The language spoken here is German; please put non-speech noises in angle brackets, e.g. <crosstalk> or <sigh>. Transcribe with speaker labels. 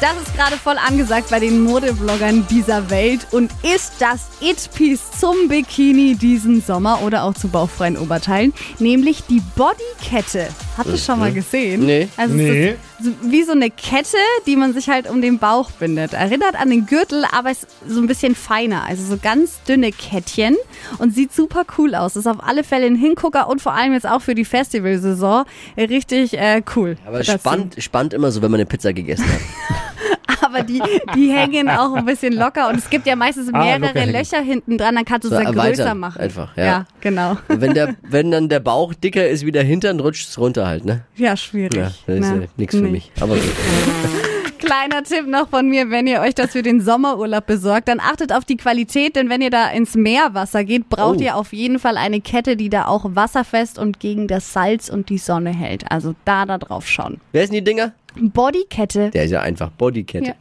Speaker 1: Das ist gerade voll angesagt bei den Modevloggern dieser Welt und ist das It-Piece zum Bikini diesen Sommer oder auch zu bauchfreien Oberteilen, nämlich die Bodykette. Habt ihr schon mal gesehen?
Speaker 2: Mhm. Nee.
Speaker 1: Also
Speaker 3: Nee.
Speaker 1: Es ist so- wie so eine Kette, die man sich halt um den Bauch bindet. Erinnert an den Gürtel, aber ist so ein bisschen feiner. Also so ganz dünne Kettchen und sieht super cool aus. Ist auf alle Fälle ein Hingucker und vor allem jetzt auch für die Festivalsaison richtig äh, cool.
Speaker 2: Aber
Speaker 1: Dazu.
Speaker 2: spannend, spannend immer so, wenn man eine Pizza gegessen hat.
Speaker 1: <laughs> aber die, die hängen auch ein bisschen locker und es gibt ja meistens mehrere
Speaker 3: locker hängen.
Speaker 1: Löcher hinten dran, dann kannst du es
Speaker 2: Ah, So
Speaker 1: dann
Speaker 2: erweitern
Speaker 1: größer machen.
Speaker 2: einfach, ja.
Speaker 1: genau.
Speaker 2: Und wenn, der, wenn dann der Bauch dicker ist wie der Hintern, rutscht es runter halt, ne?
Speaker 1: Ja, schwierig.
Speaker 2: Ja, das ist
Speaker 1: Na,
Speaker 2: äh, nichts für
Speaker 1: nee.
Speaker 2: mich. Aber gut.
Speaker 1: Kleiner Tipp noch von mir, wenn ihr euch das für den Sommerurlaub besorgt, dann achtet auf die Qualität, denn wenn ihr da ins Meerwasser geht, braucht
Speaker 2: Oh.
Speaker 1: ihr auf jeden Fall eine Kette, die da auch wasserfest und gegen das Salz und die Sonne hält. Also da da drauf schauen.
Speaker 2: Wer ist denn die Dinger?
Speaker 1: Bodykette.
Speaker 2: Der ist ja einfach Bodykette.
Speaker 1: Ja.